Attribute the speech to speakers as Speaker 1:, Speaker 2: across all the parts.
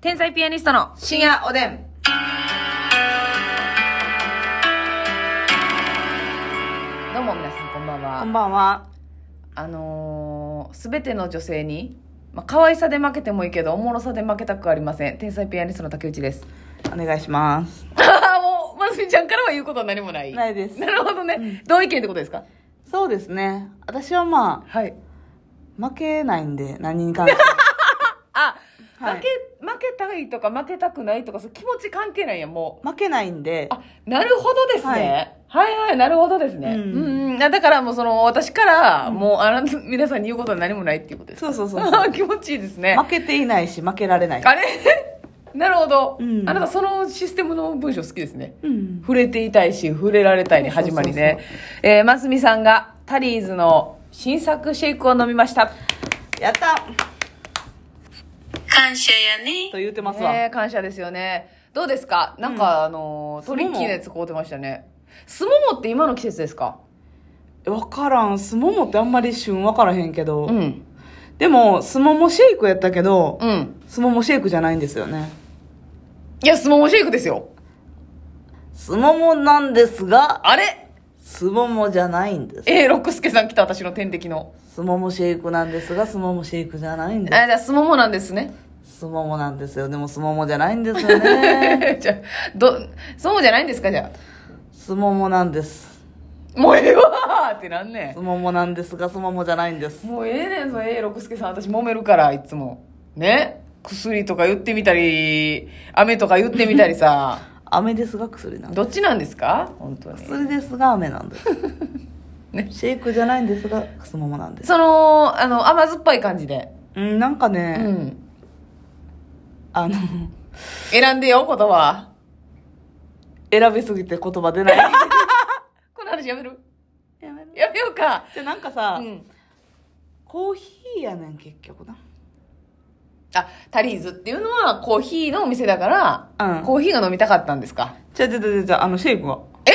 Speaker 1: 天才ピアニストの
Speaker 2: 深夜おでん。
Speaker 1: どうも皆さんこんばんは
Speaker 2: こんばんは。
Speaker 1: あのー、全ての女性に、まあ、可愛さで負けてもいいけどおもろさで負けたくありません天才ピアニストの竹内 です
Speaker 2: お願いします。
Speaker 1: ああもうますみちゃんからは言うことは何もない
Speaker 2: ないです
Speaker 1: なるほどね、同意見ってことですか
Speaker 2: そうですね。私はま
Speaker 1: はい
Speaker 2: あ、負けないんで、何に関しても。
Speaker 1: あ、
Speaker 2: はい
Speaker 1: 負け負けたいとか負けたくないとかそう気持ち関係ないんやもう
Speaker 2: 負けないんで、
Speaker 1: あなるほどですね、はい、はいなるほどですね。う
Speaker 2: うんん、
Speaker 1: うんあだからもうその、私から、もう、あなた、皆さんに言うことは何もないっていうことです。
Speaker 2: そうそうそ うそう
Speaker 1: 気持ちいいですね。
Speaker 2: 負けていないし、負けられない。
Speaker 1: あれ なるほど、
Speaker 2: うん
Speaker 1: あなたそのシステムの文章好きですね。
Speaker 2: うん。
Speaker 1: 触れていたいし、触れられたいに始まりね。えー、ますみさんが、タリーズの新作シェイクを飲みました。
Speaker 2: やった
Speaker 3: 感謝やね。
Speaker 2: と言うてますわ。
Speaker 1: ねえ、感謝ですよね。どうですかなんか、あのー、トリッキーなやつ買うてましたね。スモモって今の季節ですか
Speaker 2: わからん。すももってあんまり旬わからへんけど。
Speaker 1: うん。
Speaker 2: でも、すももシェイクやったけど、
Speaker 1: うん。
Speaker 2: すももシェイクじゃないんですよね。
Speaker 1: いや、スモモシェイクですよ。
Speaker 2: すももなんですが、
Speaker 1: あれ
Speaker 2: すももじゃないんです。
Speaker 1: えー、ロックスケさん来た私の天敵の。
Speaker 2: すももシェイクなんですが、すももシェイクじゃない
Speaker 1: あ、
Speaker 2: んで
Speaker 1: じゃあスモモなんです ね。
Speaker 2: す。すももなんですよ。でも、すももじゃないんですよ ね。
Speaker 1: じゃあ、ど、スモモじゃないんですかじゃ
Speaker 2: すももなんです。
Speaker 1: あ。もうええわーってなんね
Speaker 2: すももなんですが、すももじゃないんです
Speaker 1: ん。。もうええねん、それ、えー、ロックスケさん。私揉めるから、いつも。ね薬とか言ってみたり、飴とか言ってみたりさ。
Speaker 2: 飴ですが薬なん です。
Speaker 1: どっちなんですか本当に。
Speaker 2: 薬ですが飴なんです。
Speaker 1: ね
Speaker 2: シェイクじゃないんですが、すももなんです。
Speaker 1: その、あの、甘酸っぱい感じで。
Speaker 2: うん、なんか
Speaker 1: う
Speaker 2: ね、
Speaker 1: ん。
Speaker 2: あの、
Speaker 1: 選んでよ、言葉。
Speaker 2: 選びすぎて言葉出ない。
Speaker 1: この話やめる
Speaker 2: やめろ
Speaker 1: やめようか。
Speaker 2: じゃあなんかさ、
Speaker 1: うん。
Speaker 2: コーヒーやねん、結局な。
Speaker 1: あ、タリーズっていうのはコーヒーのお店だから、
Speaker 2: うん
Speaker 1: コーヒーが飲みたかったんですか
Speaker 2: じゃあ、じゃあ、じゃあじゃあ、あの、シェイクは。
Speaker 1: え、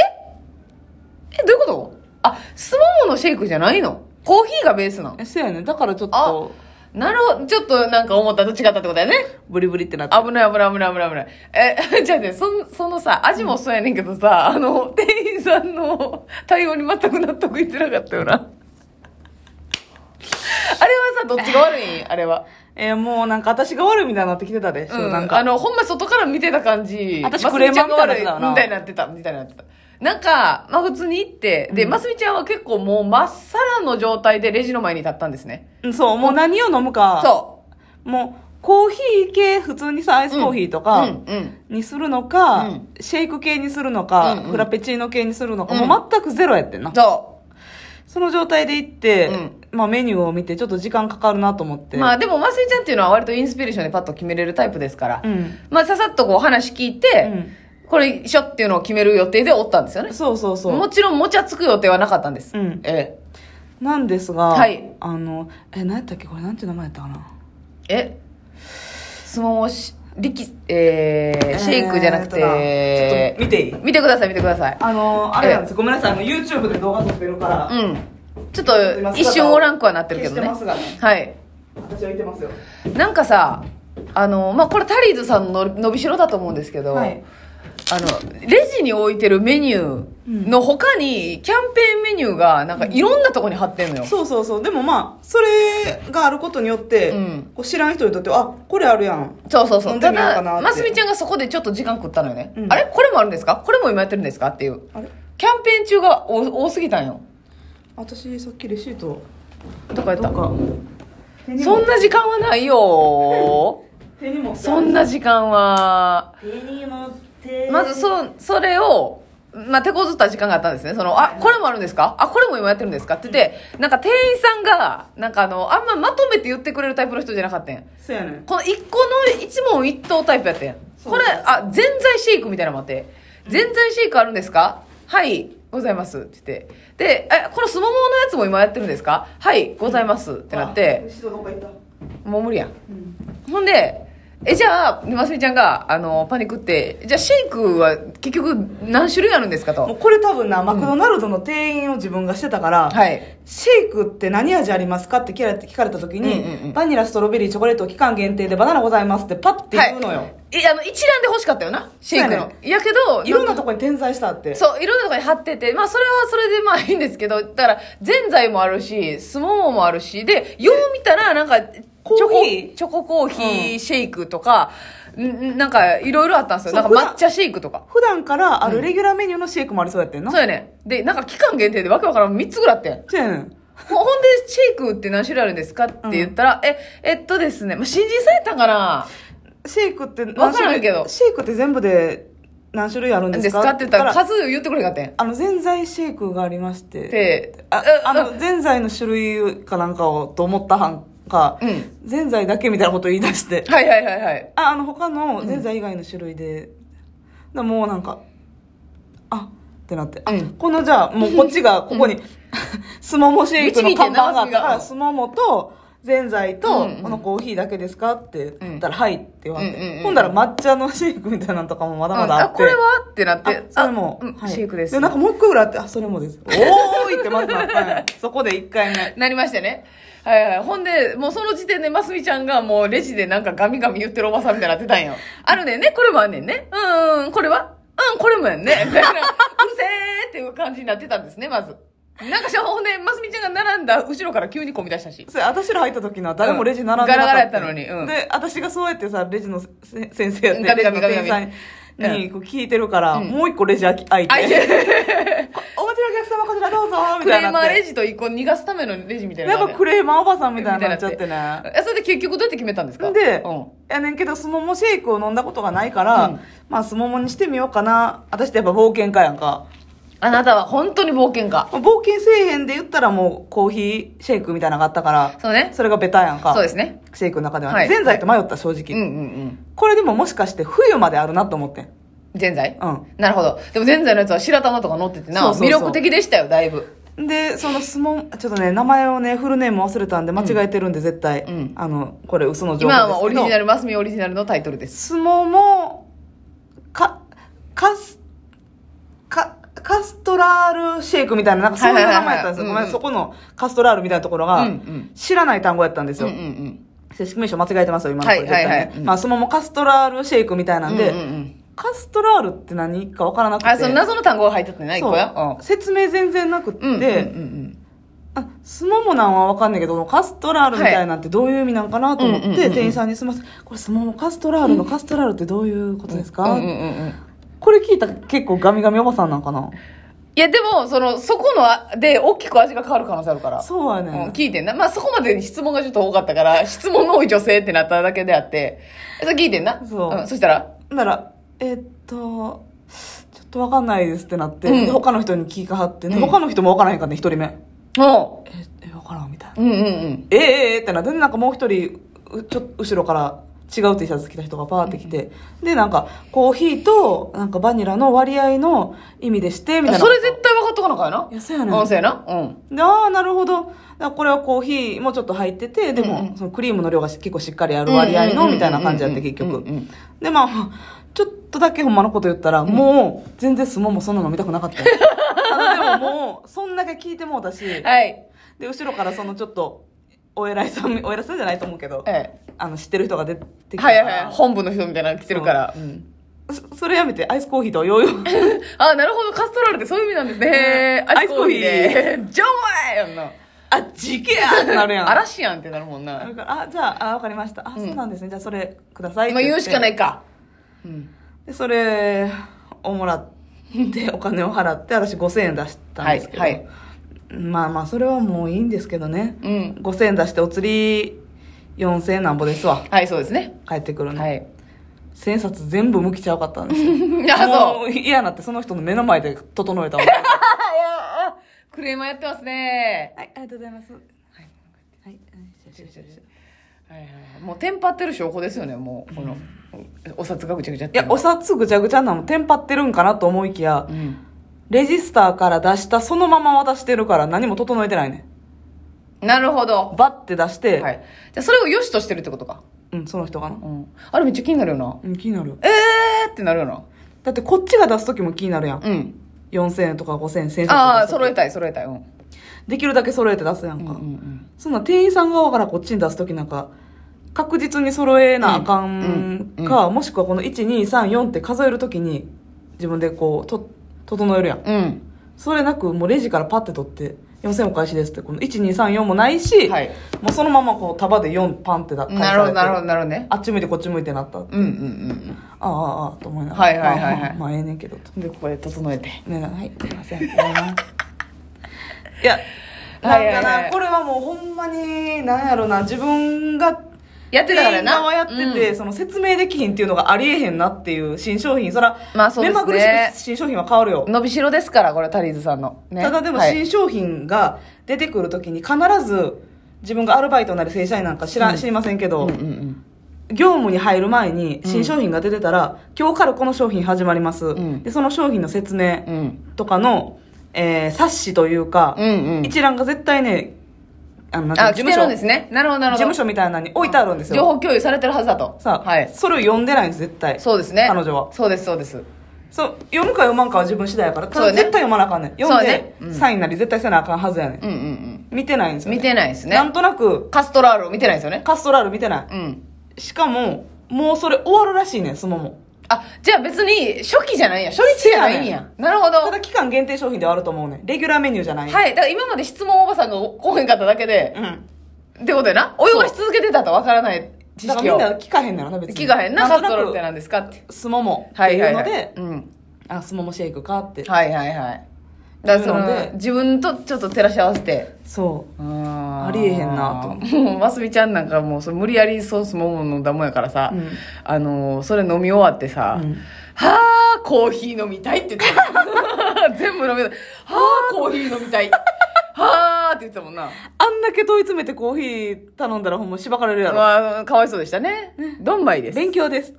Speaker 1: どういうことあ、スモモのシェイクじゃないのコーヒーがベースなの
Speaker 2: え、そうやねん。だからちょっ
Speaker 1: あ
Speaker 2: と、
Speaker 1: なるほど。ちょっとなんか思ったと違ったってことだよね。
Speaker 2: ブリブリってなって。
Speaker 1: 危ない危ない危ない危ない危ない。え、じ ゃあね、そん、そのさ、味もそうやねんけどさ、あの、店員さんの対応に全く納得いってなかったよ な。あれはさ、どっちが悪いんあれは。
Speaker 2: えーもうなんか私が悪いみたいになってきてたでしょ、
Speaker 1: うん
Speaker 2: なんか。
Speaker 1: あの、ほんま外から見てた感じ。
Speaker 2: 私
Speaker 1: ますみ
Speaker 2: クレーマー
Speaker 1: ちゃんが悪い
Speaker 2: みたいになってたよな
Speaker 1: みたいになってた、みたいになってた。なんか、まあ普通に行って、で、ますみちゃんは結構もうまっさらの状態でレジの前に立ったんですね。
Speaker 2: うんそう、もう何を飲むか。。
Speaker 1: そう
Speaker 2: もう、コーヒー系、普通にさ、アイスコーヒーと
Speaker 1: う。
Speaker 2: か、
Speaker 1: うん、うん。
Speaker 2: にするのか、
Speaker 1: うん
Speaker 2: シェイク系にするのか、
Speaker 1: うんうん
Speaker 2: フラペチーノ系にするのか、
Speaker 1: うん
Speaker 2: もう全くゼロやってんな。
Speaker 1: そ
Speaker 2: その状態で行って、
Speaker 1: うん
Speaker 2: まあメニューを見て、ちょっと時間かかるなと思
Speaker 1: う。
Speaker 2: って。
Speaker 1: まあでも、ますみちゃんっていうのは割とインスピレーションでパッと決めれるタイプですから。
Speaker 2: うん。
Speaker 1: まあささっとこう話聞いうて、
Speaker 2: ん。
Speaker 1: これしょっていうのを決める予定でおったんですよね。
Speaker 2: そうそうそう。
Speaker 1: もちろんもちゃつく予定はなかったんです。
Speaker 2: うん
Speaker 1: え
Speaker 2: なんですが、
Speaker 1: はい
Speaker 2: あの、え、何やったっけこれなんていう名前やったかな
Speaker 1: え。え相撲をし、力、えー、シェイクじゃなくて、
Speaker 2: えーっとなちょっと見ていい
Speaker 1: 見てください見てください
Speaker 2: あの、あれなんです。ごめんなさい。あの、YouTube で動画撮ってるから、
Speaker 1: うんちょっと一瞬おらんくはなってるけどね
Speaker 2: 消してますがね
Speaker 1: はい
Speaker 2: 私は言ってますよ。
Speaker 1: なんかさあのまあこれタリーズさんの伸びしろだと思うんですけど、
Speaker 2: はい
Speaker 1: あのレジに置いてるメニューの他にキャンペーンメニューがなんかいろんなとこに貼ってんのよ、
Speaker 2: そうそうそう。でもまあ、それがあることによって、
Speaker 1: うん
Speaker 2: こう知らん人にとっては、あ、これあるやん。
Speaker 1: そうそうそ
Speaker 2: 飲
Speaker 1: うん
Speaker 2: で
Speaker 1: た
Speaker 2: みようかな
Speaker 1: だ
Speaker 2: って
Speaker 1: ますみちゃんがそこでちょっと時間食ったのよね、
Speaker 2: うん
Speaker 1: あれこれもあるんですかこれも今やってるんですかっていう
Speaker 2: あれ
Speaker 1: キャンペーン中が多多すぎたんよ
Speaker 2: 私、さっきレシート、
Speaker 1: とかやった
Speaker 2: なんか、手に
Speaker 1: そ
Speaker 2: も
Speaker 1: んな時間はない よ
Speaker 2: 手にも
Speaker 1: そんな時間は
Speaker 2: 手に持って
Speaker 1: まずそそれを、まあ、手こずった時間があったんですねそのあこれもあるんですかあこれも今やってるんですかって言って、なんか店員さんがなんかあのあんままとめて言ってくれるタイプの人じゃなかったんや
Speaker 2: そうやねん
Speaker 1: この一個の一問一答タイプやったんや
Speaker 2: そう
Speaker 1: これあ全財シェイクみたいなのもあって全財シェイクあるんですかはいございますって言ってでえこのスモモのやつも今やってるんですかはいございますってなって
Speaker 2: あレシートどっか行った
Speaker 1: もう無理やん
Speaker 2: うん
Speaker 1: ほんで、え、じゃあ、ますみちゃんが、あの、パニックって、じゃあ、シェイクは結局何種類あるんですか
Speaker 2: も
Speaker 1: と。
Speaker 2: うこれ多分な、マクドナルドの店員を自分がしてたから、
Speaker 1: はい。
Speaker 2: シェイクって何味ありますかって聞かれ聞かれた時に、
Speaker 1: うんうんうん
Speaker 2: バニラ、ストロベリー、チョコレート、期間限定でバナナございますってパッて言うのよ。
Speaker 1: はい、え、あの、一覧で欲しかったよな、シェイク
Speaker 2: そう
Speaker 1: の
Speaker 2: や。
Speaker 1: いやけど、
Speaker 2: い、ろんな
Speaker 1: と
Speaker 2: とこに点在したって。
Speaker 1: そう、いろんなとこに貼ってて、まあ、それはそれでまあいいんですけど、だから、ぜんざいもあるし、すもももあるし、で、よう見たら、なんか、チ
Speaker 2: コーヒ
Speaker 1: ョコ、
Speaker 2: ー
Speaker 1: チョココーヒーシェイクとか、んなんか、いろいろあったんですよ。なん
Speaker 2: そう
Speaker 1: か、抹茶シェイクとか。
Speaker 2: 普段からあるレギュラーメニューのシェイクもありそうやってんな。
Speaker 1: そうやね。で、なんか、期間限定でわけわからん3つぐらいあってん。
Speaker 2: そうやねん。
Speaker 1: ほほんで、シェイクって何種類あるんですかって言ったら、え、えっとですね、まあ、新人さんやったんかな
Speaker 2: シェイクって
Speaker 1: わ
Speaker 2: 何
Speaker 1: から
Speaker 2: 種
Speaker 1: ん
Speaker 2: 類
Speaker 1: けど
Speaker 2: シェイクって全部で何種類あるん
Speaker 1: 何で
Speaker 2: で
Speaker 1: すす
Speaker 2: か
Speaker 1: かって言ったら、
Speaker 2: 言っ
Speaker 1: 数言ってくれへんかってん。
Speaker 2: たらあの、全在シェイクがありまして。
Speaker 1: で、
Speaker 2: あ
Speaker 1: え
Speaker 2: あの、全在の種類かなんかをと思ったはんか
Speaker 1: う、ん。
Speaker 2: 全在だけみたいなこと言い出して。
Speaker 1: はいはいはいはい。
Speaker 2: あ、あの、他の全在以外の種類で、だもうなんか、あ、ってなって。あ
Speaker 1: うん
Speaker 2: このじゃあ、もうこっちが、ここに、 スモモシェイクの看板があったか
Speaker 1: 導いてんな
Speaker 2: ら、スモモと、全在
Speaker 1: う
Speaker 2: と
Speaker 1: んうん、
Speaker 2: このコーヒーだけですかって言ったら、はいって言われ
Speaker 1: うんうんう
Speaker 2: て
Speaker 1: ん。
Speaker 2: ほんだら抹茶のシェイクみたいなのとかもまだまだあ
Speaker 1: あ、
Speaker 2: って。
Speaker 1: これはってなって。
Speaker 2: あそれも
Speaker 1: あうん、
Speaker 2: はい
Speaker 1: シェイクです。
Speaker 2: でなんかもう一個ぐらいあってあそれもですおーいってまずなったんやそこで一回目
Speaker 1: なりましたね。はいはい。ほんで、もうその時点で、ますみちゃんがもうレジでなんかガミガミ言ってるおばさんみたいになってたんよ。あるねんね、これもあんねんね。うんうん、これはうん、これもやんね。みたいな、うるせーっていう感じになってたんですね、まず。なんかしょ、ほんで、ますみちゃんが並んだ後ろから急に込み出したし。
Speaker 2: それ私ら入った時のは誰もレジ並んでなか
Speaker 1: うんガラガラやったのにうん
Speaker 2: で私がそうやってさレジのせ先生やって
Speaker 1: ガビガビガビ
Speaker 2: レジの店員さんにこう聞いてるから、
Speaker 1: うん
Speaker 2: もう一個レジ開き開いて
Speaker 1: あ、いや、
Speaker 2: お待ちのお客様こちらどうぞみ
Speaker 1: ク
Speaker 2: たい
Speaker 1: レ
Speaker 2: に
Speaker 1: ーマ
Speaker 2: なっ
Speaker 1: ー
Speaker 2: て
Speaker 1: レジと一個逃がすためのレジみたいな
Speaker 2: な
Speaker 1: のが
Speaker 2: んか
Speaker 1: あ
Speaker 2: ク
Speaker 1: る
Speaker 2: レーマーおばさんみたいになっちゃって
Speaker 1: みたい
Speaker 2: ね
Speaker 1: やんえそれで結局どうやって決めたんですか
Speaker 2: で、
Speaker 1: うん。
Speaker 2: やねんけどスモモシェイクを飲んだことがないから、
Speaker 1: うん
Speaker 2: まあスモモにしてみようかな私ってやっぱ冒険家やんか
Speaker 1: あなたは本当に冒険家。
Speaker 2: 冒険せえへんで言ったらもうコーヒーシェイクみたいなのがあったから、
Speaker 1: そうね。
Speaker 2: それがベタやんか。
Speaker 1: そうですね。
Speaker 2: シェイクの中では
Speaker 1: は
Speaker 2: ね。
Speaker 1: い
Speaker 2: ぜんざいと迷った正
Speaker 1: うんう
Speaker 2: 直。
Speaker 1: んうん。
Speaker 2: これでももしかして冬まであるなと思ってん。
Speaker 1: ぜんざい
Speaker 2: うん
Speaker 1: なるほど。でもぜんざいのやつは白玉とか乗っててな、
Speaker 2: そうそうそう
Speaker 1: 魅力的でしたよ、だいぶ。
Speaker 2: で、そのスモン、ちょっとね、名前をね、フルネーム忘れたんで間違えてるんで絶対。
Speaker 1: うん
Speaker 2: あの、これ嘘の情報ですけど。
Speaker 1: 今はオリジナル、マスミオリジナルのタイトルです。
Speaker 2: スモモ、か、かす、か、カストラールシェイクみたいな、なんかそういう名前やったんです
Speaker 1: は
Speaker 2: よ。
Speaker 1: いはいは
Speaker 2: ご
Speaker 1: いはいうん
Speaker 2: め
Speaker 1: うん
Speaker 2: ん、そこのカストラールみたいなところが
Speaker 1: うんうん、
Speaker 2: 知らない単語やったんです
Speaker 1: うん
Speaker 2: よ
Speaker 1: うんう。ん。
Speaker 2: 正式名称間違えてますよ、今の
Speaker 1: はい
Speaker 2: これ絶対ね
Speaker 1: はいはいうん
Speaker 2: まあ、そのままカストラールシェイクみたいなんで、
Speaker 1: うんうんうん
Speaker 2: カストラールって何かわからなくて。
Speaker 1: あ、その謎の単語が入ってたね、一
Speaker 2: そう
Speaker 1: 個や。うん
Speaker 2: 説明全然なくって、
Speaker 1: うんうんうん
Speaker 2: あ、スモモなんはわかんないけど、カストラールみたいなんてどういう意味なんかなと思って、
Speaker 1: はいうんうんうんうん
Speaker 2: 店員さんにすみません、これスモモカストラールのカストラールってどういうことで
Speaker 1: う
Speaker 2: す
Speaker 1: ん
Speaker 2: か、
Speaker 1: うんうんうんうん
Speaker 2: これ聞いたら結構ガミガミおばさんなんかない
Speaker 1: や、でも、その、そこのあ、で、大きく味が変わる可能性あるから。
Speaker 2: そうやね、
Speaker 1: うん、聞いてんな。まあ、そこまで質問がちょっと多かった から、質問の多い女性ってなっただけであって、それ聞いてんな。、
Speaker 2: そうん
Speaker 1: そしたら、
Speaker 2: なら、えーっと、ちょっとわかんないですってなって、
Speaker 1: うん
Speaker 2: で他の人に聞いかはってね、
Speaker 1: うん
Speaker 2: 他の人もわからへんかったね、一人目。
Speaker 1: おう
Speaker 2: え、え、わからんみたいな。
Speaker 1: うんうんうん。
Speaker 2: ええええってなって、でなんかもう一人、うちょ後ろから違う T シャツ着た人がパーって来て、で、なんか、コーヒーと、なんかバニラの割合の意味でして、みたいな。
Speaker 1: それ絶対分かっとかなあかんやな。
Speaker 2: いや、そうやねん。
Speaker 1: うん、そうやな。うん。
Speaker 2: で、ああ、なるほど。だからこれはコーヒーもちょっと入ってて、でも、
Speaker 1: うんうん
Speaker 2: そのクリームの量が結構しっかりある割合
Speaker 1: うんうんうんうんうん
Speaker 2: の、みたいな感じやって、結
Speaker 1: うん
Speaker 2: 局
Speaker 1: う。ん
Speaker 2: で、まあ、ちょっとだけほんまのこと言ったら、もう、全然相撲もそんなの見たくなかったよ。あのでももう、そんだけ聞いてもうたし、
Speaker 1: うんはい。
Speaker 2: で、後ろからそのちょっと、お偉いさん、お偉いさんじゃないと思うけど、
Speaker 1: え
Speaker 2: あの、知ってる人が出てき
Speaker 1: え。
Speaker 2: た
Speaker 1: は
Speaker 2: か
Speaker 1: い
Speaker 2: ら
Speaker 1: はい。本部の人みたいなの来てるから。うん
Speaker 2: そそれやめて、アイスコーヒーとヨーヨ ー。
Speaker 1: あ、なるほど。カストラルってそういう意味なんですね。
Speaker 2: うん
Speaker 1: アイスコーヒー
Speaker 2: アイスコ
Speaker 1: で。ジョンワイやんな。
Speaker 2: あ、事件やってなるやん。
Speaker 1: 嵐やんってなるもんな
Speaker 2: だ。からあ、じゃあ、あ、わかりました。あ、そうなんですね。じゃあ、それくださいって
Speaker 1: 今
Speaker 2: 言っ
Speaker 1: 言
Speaker 2: て。。
Speaker 1: うしかないいか。うん。
Speaker 2: で、それをもらって、お金を払って、私5000円出したんですけど。
Speaker 1: はいは
Speaker 2: まあまあ、それはもういいんですけどね。
Speaker 1: うん。
Speaker 2: 5000円出して、お釣り4000円なんぼですわ。
Speaker 1: はい、そうですね。
Speaker 2: 帰ってくるの。
Speaker 1: はい。
Speaker 2: 1000円札全部向きちゃうかったんですよ。
Speaker 1: あ、そう。
Speaker 2: もう嫌なって、その人の目の前で整えたわ。
Speaker 1: クレーマーやってますね。
Speaker 2: はい、ありがとうございます。はい。はい。
Speaker 1: はいはいはいもうテンパってる証拠ですよね、もう。この、お札がぐちゃぐちゃっ
Speaker 2: い
Speaker 1: て。
Speaker 2: や、お札ぐちゃぐちゃなの、テンパってるんかなと思いきや
Speaker 1: う、ん。
Speaker 2: レジスターから出した、そのまま渡してるから何も整えてないね。
Speaker 1: なるほど。
Speaker 2: バッて出して、
Speaker 1: はい。じゃあそれを良しとしてるってことか。
Speaker 2: うん、その人がな。
Speaker 1: うん。あれめっちゃ気になるよな。
Speaker 2: うん、気になる。
Speaker 1: えーってなるよな。
Speaker 2: だってこっちが出す時も気になるやん。
Speaker 1: うん。
Speaker 2: 4000円とか5000円、1000円とか。
Speaker 1: ああ、揃えたい、揃えたい。うん。
Speaker 2: できるだけ揃えて出すや
Speaker 1: うんんう
Speaker 2: か。
Speaker 1: んうん。
Speaker 2: そんな店員さん側からこっちに出す時なんか、確実に揃えなあかん
Speaker 1: うん
Speaker 2: か、もしくはこの1、2、3、4って数える時に自分でこう、と、整えるやん。
Speaker 1: うん。
Speaker 2: それなく、もうレジからパッて取って、4000円お返しですって、この1、2、3、4もないし、
Speaker 1: はい
Speaker 2: もうそのままこう、束で4パンってだ
Speaker 1: なるほど、なるほど、なるほどね。
Speaker 2: あっち向いてこっち向いてなった。あ
Speaker 1: うんうんうん
Speaker 2: あ、ああ、ああと思いながら。
Speaker 1: はいはいはいはい
Speaker 2: まあまあまあ、ええねんけどと。
Speaker 1: うん。で、ここで整えて。
Speaker 2: ねはい、すいません。いや、
Speaker 1: はいはい
Speaker 2: な
Speaker 1: は
Speaker 2: ん
Speaker 1: い
Speaker 2: かな、これはもうほんまに、なんやろな、自分が、
Speaker 1: やってたからな。
Speaker 2: 店員側やってて、
Speaker 1: うん
Speaker 2: その説明できひんっていうのがありえへんなっていう新商品、そら、
Speaker 1: まあそうですね
Speaker 2: 目まぐるしく新商品は変わるよ。
Speaker 1: 伸びしろですから、これ、タリーズさんの。ね
Speaker 2: ただでも
Speaker 1: はい
Speaker 2: 新商品が出てくるときに必ず、自分がアルバイトなり正社員なんか知ら、
Speaker 1: うん
Speaker 2: ん、知りませんけ
Speaker 1: う
Speaker 2: ど、
Speaker 1: んうんうん。
Speaker 2: 業務に入る前に新商品が出てたら、今日からこの商品始まります、
Speaker 1: ん
Speaker 2: でその商品の説明
Speaker 1: うん。
Speaker 2: とかの、えー冊子というか、
Speaker 1: うんうん。
Speaker 2: 一覧が絶対ねあのなんていう
Speaker 1: あ、
Speaker 2: の
Speaker 1: 来てるんですね。なるほど、なるほ
Speaker 2: 事
Speaker 1: ど。
Speaker 2: 務所みたいなのに置いてあるんです
Speaker 1: 情
Speaker 2: よ
Speaker 1: 報共有されてるはずだと。
Speaker 2: さあ、
Speaker 1: はい。
Speaker 2: それを読んでないんです絶対
Speaker 1: そうですね。
Speaker 2: 彼女は
Speaker 1: そうです、そうです。
Speaker 2: そう読むか読まんかは自分次第やからた
Speaker 1: そう
Speaker 2: だ
Speaker 1: よね
Speaker 2: 絶対読まなあかんねん読ん
Speaker 1: そう
Speaker 2: で、
Speaker 1: よねうん
Speaker 2: サインなり絶対せなあかんはずやねん、
Speaker 1: うんうん
Speaker 2: 見てないんです
Speaker 1: うん。
Speaker 2: よ、ね、
Speaker 1: 見てないです
Speaker 2: な
Speaker 1: ね
Speaker 2: ん。となく
Speaker 1: カストラールを見てないですよね。
Speaker 2: カストラール見てない
Speaker 1: うん。
Speaker 2: しかももうそれ終わるらしいねんそのも
Speaker 1: あ、じゃあ別に初期じゃないんや。初日じゃないんや。なるほど。
Speaker 2: ただ期間限定商品ではあると思うねんレギュラーメニューじゃない、い、
Speaker 1: はい。だから今まで質問おばさんが来へんかっただけで、
Speaker 2: うん
Speaker 1: ってことやな。泳がし続けてたとわからない知
Speaker 2: だから
Speaker 1: 識
Speaker 2: みん
Speaker 1: を。
Speaker 2: な聞かへんねんな別に
Speaker 1: 気がへんな、カ
Speaker 2: ん
Speaker 1: ス
Speaker 2: と
Speaker 1: トラールって
Speaker 2: なく
Speaker 1: 何ですかって。
Speaker 2: スモモっ
Speaker 1: は
Speaker 2: て
Speaker 1: い
Speaker 2: い
Speaker 1: は
Speaker 2: う
Speaker 1: いは
Speaker 2: の
Speaker 1: い。
Speaker 2: で、
Speaker 1: うん。
Speaker 2: あスモモシェイクかって
Speaker 1: はいはいはい。
Speaker 2: い
Speaker 1: だ
Speaker 2: う
Speaker 1: から
Speaker 2: ので
Speaker 1: その、自分とちょっと照らし合わせて。
Speaker 2: そう
Speaker 1: あ
Speaker 2: ありえへんなと思
Speaker 1: と。もう、ますみちゃんなんかもう、それ無理やりソースも飲んだもんやからさ、
Speaker 2: うん
Speaker 1: あのー、それ飲み終わってさ、
Speaker 2: うん
Speaker 1: はあ、コーヒー飲みたい って言ってた。全部飲みたい。はあ、コーヒー飲みたい。はあって言ってたも んな。
Speaker 2: あんだけ問い詰めてコーヒー頼んだらほんましばかれるやろ。
Speaker 1: まあ、かわいそうでしたね。ドンマイです。
Speaker 2: 勉強です。